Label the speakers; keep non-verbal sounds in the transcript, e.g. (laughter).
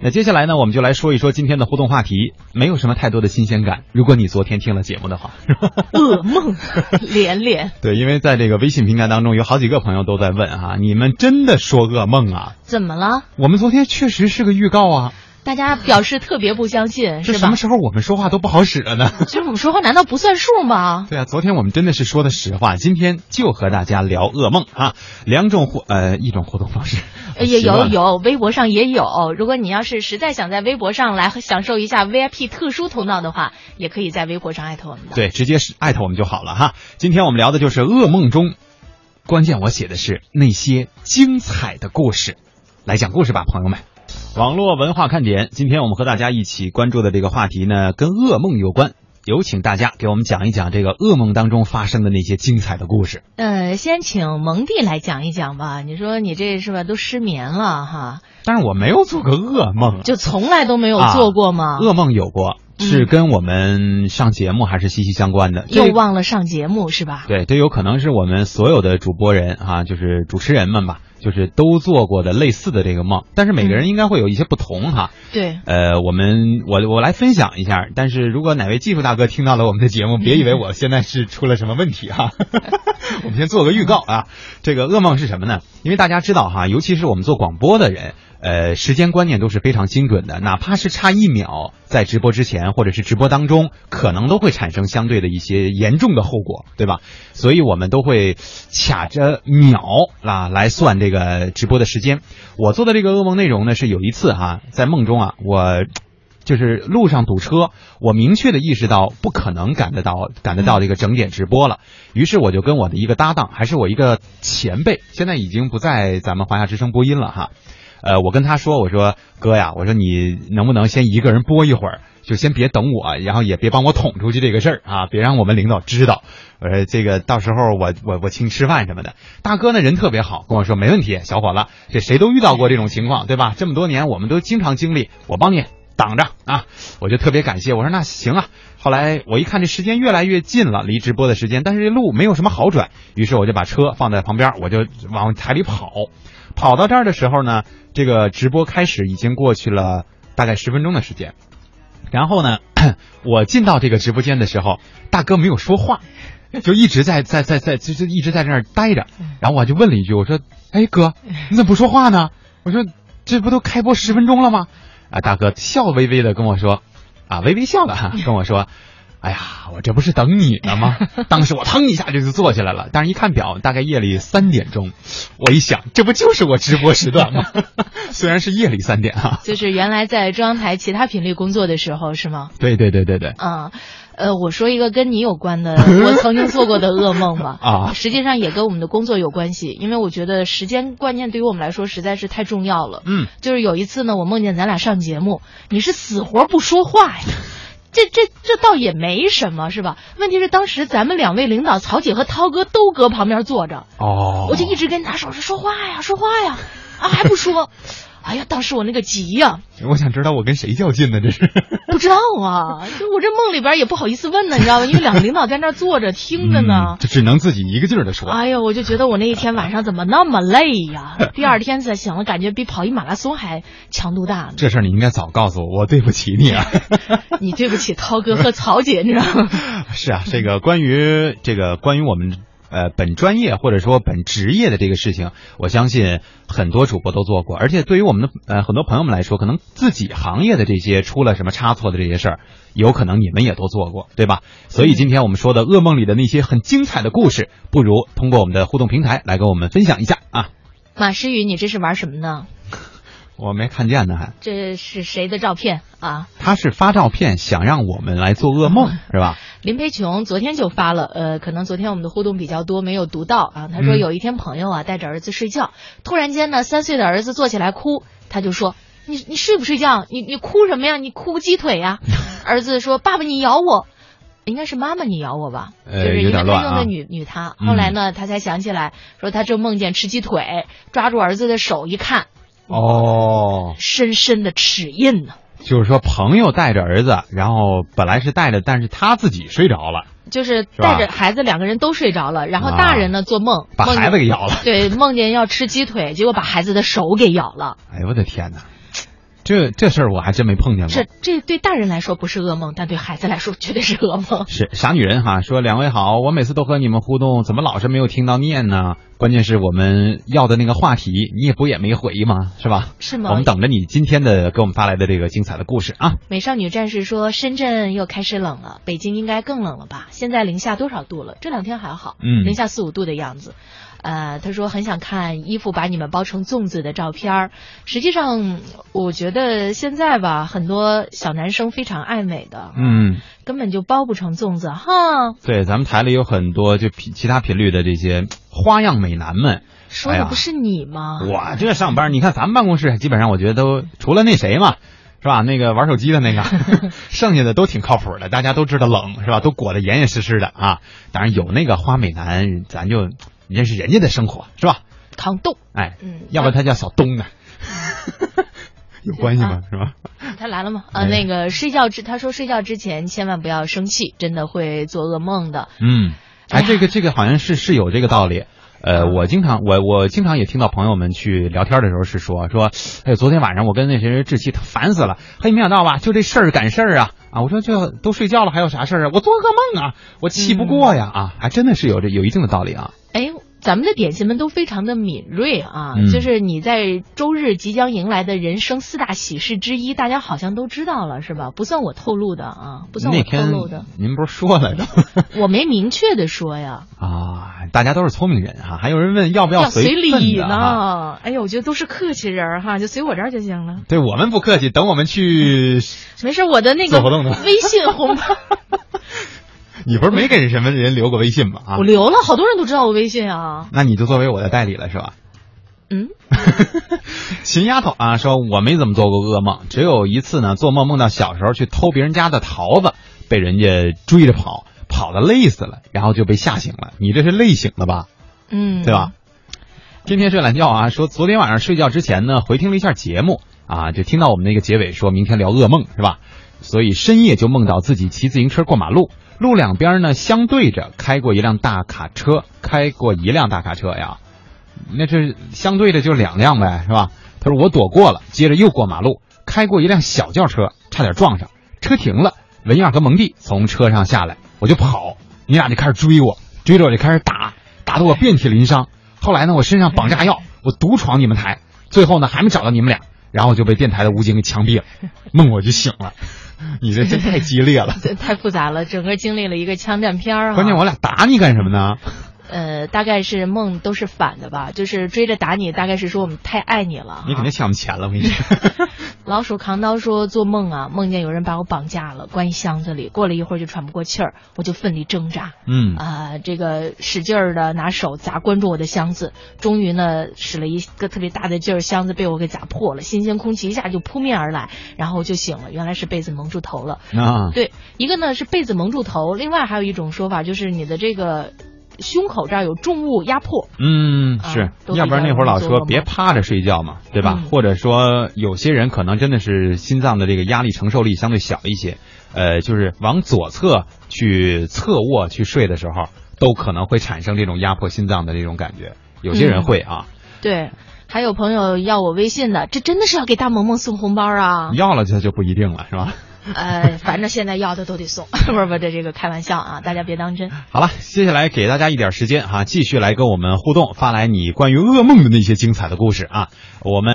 Speaker 1: 那接下来呢，我们就来说一说今天的互动话题，没有什么太多的新鲜感。如果你昨天听了节目的话，(laughs)
Speaker 2: 噩梦连连，
Speaker 1: 对，因为在这个微信平台当中，有好几个朋友都在问啊，你们真的说噩梦啊？
Speaker 2: 怎么了？
Speaker 1: 我们昨天确实是个预告啊，
Speaker 2: 大家表示特别不相信，
Speaker 1: 这
Speaker 2: 是
Speaker 1: 什
Speaker 2: 吧
Speaker 1: 么？时候我们说话都不好使了呢？ (laughs)
Speaker 2: 就是我们说话难道不算数吗？
Speaker 1: 对啊，昨天我们真的是说的实话，今天就和大家聊噩梦啊，两种互呃一种互动方式，
Speaker 2: 呃也
Speaker 1: 啊习惯
Speaker 2: 有
Speaker 1: 了
Speaker 2: 有，微博上也有。如果你要是实在想在微博上来享受一下 VIP 特殊通道的话，也可以在微博上艾特我们的。
Speaker 1: 对，直接是艾特我们就好了哈。今天我们聊的就是噩梦中，关键我写的是那些精彩的故事，来讲故事吧，朋友们。网络文化看点，今天我们和大家一起关注的这个话题呢，跟噩梦有关。有请大家给我们讲一讲这个噩梦当中发生的那些精彩的故事。
Speaker 2: 呃，先请蒙蒂来讲一讲吧。你说你这是吧，都失眠了哈，
Speaker 1: 但是我没有做过噩梦，
Speaker 2: 就从来都没有
Speaker 1: 啊
Speaker 2: 做过吗？
Speaker 1: 噩梦有过，是跟我们上节目还是息息相关的。
Speaker 2: 又
Speaker 1: 这
Speaker 2: 忘了上节目是吧？
Speaker 1: 对，这有可能是我们所有的主播人啊，就是主持人们吧，就是都做过的类似的这个梦，但是每个人应该会有一些不同哈。
Speaker 2: 对，
Speaker 1: 呃，我们我我来分享一下，但是如果哪位技术大哥听到了我们的节目，别以为我现在是出了什么问题哈、 (laughs) 我们先做个预告啊，这个噩梦是什么呢？因为大家知道哈，尤其是我们做广播的人。呃，时间观念都是非常精准的，哪怕是差一秒，在直播之前或者是直播当中，可能都会产生相对的一些严重的后果，对吧？所以我们都会卡着秒啊来算这个直播的时间。我做的这个噩梦内容呢，是有一次哈、在梦中啊，我就是路上堵车，我明确的意识到不可能赶得到赶得到这个整点直播了，于是我就跟我的一个搭档，还是我一个前辈，现在已经不在咱们华夏之声播音了哈。呃，我跟他说，我说哥呀，我说你能不能先一个人播一会儿，就先别等我，然后也别帮我捅出去这个事儿啊，别让我们领导知道。我说这个到时候我我我请你吃饭什么的。大哥呢人特别好，跟我说没问题，小伙子，这谁都遇到过这种情况，对吧？这么多年我们都经常经历，我帮你挡着啊，我就特别感谢。我说那行啊。后来我一看这时间越来越近了，离直播的时间，但是这路没有什么好转，于是我就把车放在旁边，我就往台里跑。跑到这儿的时候呢，这个直播开始已经过去了大概十分钟的时间。然后呢， (clears throat) 我进到这个直播间的时候，大哥没有说话，就一直在在在在就就一直在那儿待着。然后我就问了一句，我说：“哎哥，你怎么不说话呢？”我说：“这不都开播十分钟了吗？”啊，大哥笑微微的跟我说：“啊，微微笑的
Speaker 2: (laughs)
Speaker 1: 哈，跟我说。”哎呀，我这不是等你呢吗？当时我腾一下就就坐起来了，但是一看表，大概夜里三点钟，我一想，这不就是我直播时段吗？
Speaker 2: (laughs)
Speaker 1: 虽然是夜里三点啊，
Speaker 2: 就是原来在中央台其他频率工作的时候是吗？
Speaker 1: 对对对对对，
Speaker 2: 嗯，呃，我说一个跟你有关的，我曾经做过的噩梦吧。
Speaker 1: 啊
Speaker 2: 实际上也跟我们的工作有关系，因为我觉得时间观念对于我们来说实在是太重要了。
Speaker 1: 嗯，
Speaker 2: 就是有一次呢，我梦见咱俩上节目，你是死活不说话呀。这这这倒也没什么，是吧？问题是当时咱们两位领导曹姐和涛哥都搁旁边坐着，
Speaker 1: 哦，
Speaker 2: 我就一直跟你打手势说话呀，说话呀，啊还不说， (laughs) 哎呀，当时我那个急呀、
Speaker 1: 我想知道我跟谁较劲呢？这是
Speaker 2: (laughs) 不知道啊，就我这梦里边也不好意思问呢，你知道吗？因为两个领导在那儿坐 (laughs) 着听着呢
Speaker 1: 嗯。就只能自己一个劲儿的说。
Speaker 2: 哎呀，我就觉得我那一天晚上怎么那么累呀？第二天才醒了，感觉比跑一马拉松还强度大呢。
Speaker 1: 这事儿你应该早告诉我，我对不起你啊。
Speaker 2: (laughs) 你对不起涛哥和曹姐，你知道吗？
Speaker 1: 是啊，这个关于这个关于我们呃本专业或者说本职业的这个事情，我相信很多主播都做过，而且对于我们的呃很多朋友们来说，可能自己行业的这些出了什么差错的这些事儿，有可能你们也都做过，对吧？所以今天我们说的噩梦里的那些很精彩的故事，不如通过我们的互动平台来跟我们分享一下啊。
Speaker 2: (laughs) 马诗雨，你这是玩什么呢？
Speaker 1: 我没看见呢，还
Speaker 2: 这是谁的照片啊？
Speaker 1: 他是发照片想让我们来做噩梦是吧？
Speaker 2: 林培琼昨天就发了，呃，可能昨天我们的互动比较多，没有读到啊。他说
Speaker 1: 嗯
Speaker 2: 有一天朋友啊带着儿子睡觉，突然间呢，三岁的儿子坐起来哭，他就说：“你你睡不睡觉？你你哭什么呀？你哭鸡腿呀？” (laughs) 儿子说：“爸爸，你咬我。”应该是妈妈，你咬我吧，就
Speaker 1: 呃
Speaker 2: 是
Speaker 1: 有
Speaker 2: 因为他
Speaker 1: 点
Speaker 2: 用
Speaker 1: 乱啊嗯
Speaker 2: 的女、女他。后来呢，他才想起来，说他正梦见吃鸡腿，抓住儿子的手一看，
Speaker 1: 哦，
Speaker 2: 深深的齿印呢，
Speaker 1: 就是说朋友带着儿子，然后本来是带着，但是他自己睡着了，
Speaker 2: 就是
Speaker 1: 是吧
Speaker 2: 带着孩子两个人都睡着了，然后
Speaker 1: 啊
Speaker 2: 大人呢做梦，
Speaker 1: 把
Speaker 2: 梦见
Speaker 1: 孩子给咬了。
Speaker 2: 对，梦见要吃鸡腿，结果把孩子的手给咬了。
Speaker 1: 哎呦我的天哪！这这事儿我还真没碰见过。
Speaker 2: 这这对大人来说不是噩梦，但对孩子来说绝对是噩
Speaker 1: (laughs)
Speaker 2: 梦。
Speaker 1: 是傻女人哈，说两位好，我每次都和你们互动，怎么老是没有听到念呢？关键是我们要的那个话题，你也不也没回吗？是吧？
Speaker 2: 是
Speaker 1: 我
Speaker 2: 吗
Speaker 1: 们？等着你今天的给我们发来的这个精彩的故事啊！
Speaker 2: 美少女战士说，深圳又开始冷了，北京应该更冷了吧？现在零下多少度了？这两天还好，
Speaker 1: 嗯
Speaker 2: 零下四五度的样子。呃，他说很想看衣服把你们包成粽子的照片儿。实际上，我觉得现在吧，很多小男生非常爱美的，，
Speaker 1: 嗯，
Speaker 2: 根本就包不成粽子哈。
Speaker 1: 对，咱们台里有很多就其其他频率的这些花样美男们，
Speaker 2: 说
Speaker 1: 哎
Speaker 2: 的
Speaker 1: 呀
Speaker 2: 不是你吗？
Speaker 1: (laughs) 我这上班，你看咱们办公室基本上，我觉得都除了那谁嘛，是吧？那个玩 (laughs) 手机的那个，剩下的都挺靠谱的，大家都知道冷是吧？都裹得严严实实的啊。当然有那个花美男，咱就认识人家的生活是吧？
Speaker 2: 扛冻，
Speaker 1: 哎，
Speaker 2: 嗯，
Speaker 1: 要不然他叫小东呢，有关系吗？是吧？
Speaker 2: 他来了吗？呃，
Speaker 1: 没
Speaker 2: 那个睡觉之，他说睡觉之前千万不要生气，真的会做噩梦的。
Speaker 1: 嗯，
Speaker 2: 哎
Speaker 1: 哎，
Speaker 2: 呀啊
Speaker 1: 这个这个好像是是有这个道理。呃，我经常我我经常也听到朋友们去聊天的时候是说说，哎，昨天晚上我跟那谁谁志奇他烦死了，嘿，没想到吧，就这事儿赶事儿啊啊！我说这都睡觉了，还有啥事儿啊？我做噩梦啊，我气不过呀、
Speaker 2: 嗯
Speaker 1: 啊！还真的是有这有一定的道理啊。
Speaker 2: 哎，咱们的点心们都非常的敏锐啊，
Speaker 1: 嗯
Speaker 2: 就是你在周日即将迎来的人生四大喜事之一，大家好像都知道了，是吧？不算我透露的啊，不算
Speaker 1: 那
Speaker 2: 我透
Speaker 1: 天
Speaker 2: 露的，
Speaker 1: 您不是说来
Speaker 2: (laughs)
Speaker 1: 着
Speaker 2: 我没明确的说呀，
Speaker 1: 啊？大家都是聪明人啊，还有人问要不
Speaker 2: 要
Speaker 1: 随
Speaker 2: 随
Speaker 1: 份
Speaker 2: 礼
Speaker 1: 子啊？
Speaker 2: 呢。哎呀，我觉得都是客气人儿哈，就随我这儿就行了。
Speaker 1: 对我们不客气，等我们去，
Speaker 2: 没事，我的那个
Speaker 1: 做活动呢
Speaker 2: 微信
Speaker 1: (laughs)
Speaker 2: 红包，
Speaker 1: 你不是没给什么人留过微信吗？啊
Speaker 2: 我，留了，好多人都知道我微信啊。
Speaker 1: 那你就作为我的代理了是吧？
Speaker 2: 嗯，
Speaker 1: 秦丫头啊，说我没怎么做过噩梦，只有一次呢，做梦梦到小时候去偷别人家的桃子，被人家追着跑，跑的累死了，然后就被吓醒了。你这是累醒了吧？
Speaker 2: 嗯，
Speaker 1: 对吧？？天天睡懒觉啊，说昨天晚上睡觉之前呢，回听了一下节目啊，就听到我们那个结尾说明天聊噩梦是吧？所以深夜就梦到自己骑自行车过马路，路两边呢相对着开过一辆大卡车，开过一辆大卡车呀，那这相对着就两辆呗是吧？他说我躲过了，接着又过马路，开过一辆小轿车，差点撞上，车停了，文燕和蒙蒂从车上下来，我就跑，你俩就开始追我，追着我就开始打，打得我遍体鳞伤。后来呢，我身上绑炸药，我独闯你们台，最后呢还没找到你们俩，然后就被电台的武警给枪毙了，梦我就醒了。你这真太激烈了， (laughs)
Speaker 2: 这太复杂了，整个经历了一个枪战片儿、啊。
Speaker 1: 关键我俩打你干什么呢？
Speaker 2: 呃，大概是梦都是反的吧，就是追着打你，大概是说我们太爱你了啊、
Speaker 1: 你肯定抢我们钱了，我跟你说。
Speaker 2: 老鼠扛刀说做梦啊，梦见有人把我绑架了，关一箱子里，过了一会儿就喘不过气儿，我就奋力挣扎。 (laughs)
Speaker 1: 嗯，
Speaker 2: 啊、这个使劲儿的拿手砸关住我的箱子，终于呢使了一个特别大的劲儿，箱子被我给砸破了，新鲜空气一下就扑面而来，然后我就醒了，原来是被子蒙住头了。
Speaker 1: 啊，
Speaker 2: 对，一个呢是被子蒙住头，另外还有一种说法就是你的这个胸口这儿有重物压迫。
Speaker 1: 嗯，
Speaker 2: 啊
Speaker 1: 是，
Speaker 2: 都比
Speaker 1: 要不然那会儿老
Speaker 2: 较容易做
Speaker 1: 说
Speaker 2: 梦
Speaker 1: 别趴着睡觉嘛，对吧？
Speaker 2: 嗯
Speaker 1: 或者说有些人可能真的是心脏的这个压力承受力相对小一些，呃，就是往左侧去侧卧去睡的时候，都可能会产生这种压迫心脏的这种感觉。有些人
Speaker 2: 嗯
Speaker 1: 会啊，！
Speaker 2: 对，还有朋友要我微信的，这真的是要给大萌萌送红包啊
Speaker 1: 要了就就不一定了，是吧？ (laughs)
Speaker 2: 呃，反正现在要的都得送， (laughs) 不是不是，这这个开玩笑啊，大家别当真。
Speaker 1: 好了，接下来给大家一点时间哈、继续来跟我们互动，发来你关于噩梦的那些精彩的故事啊，我们。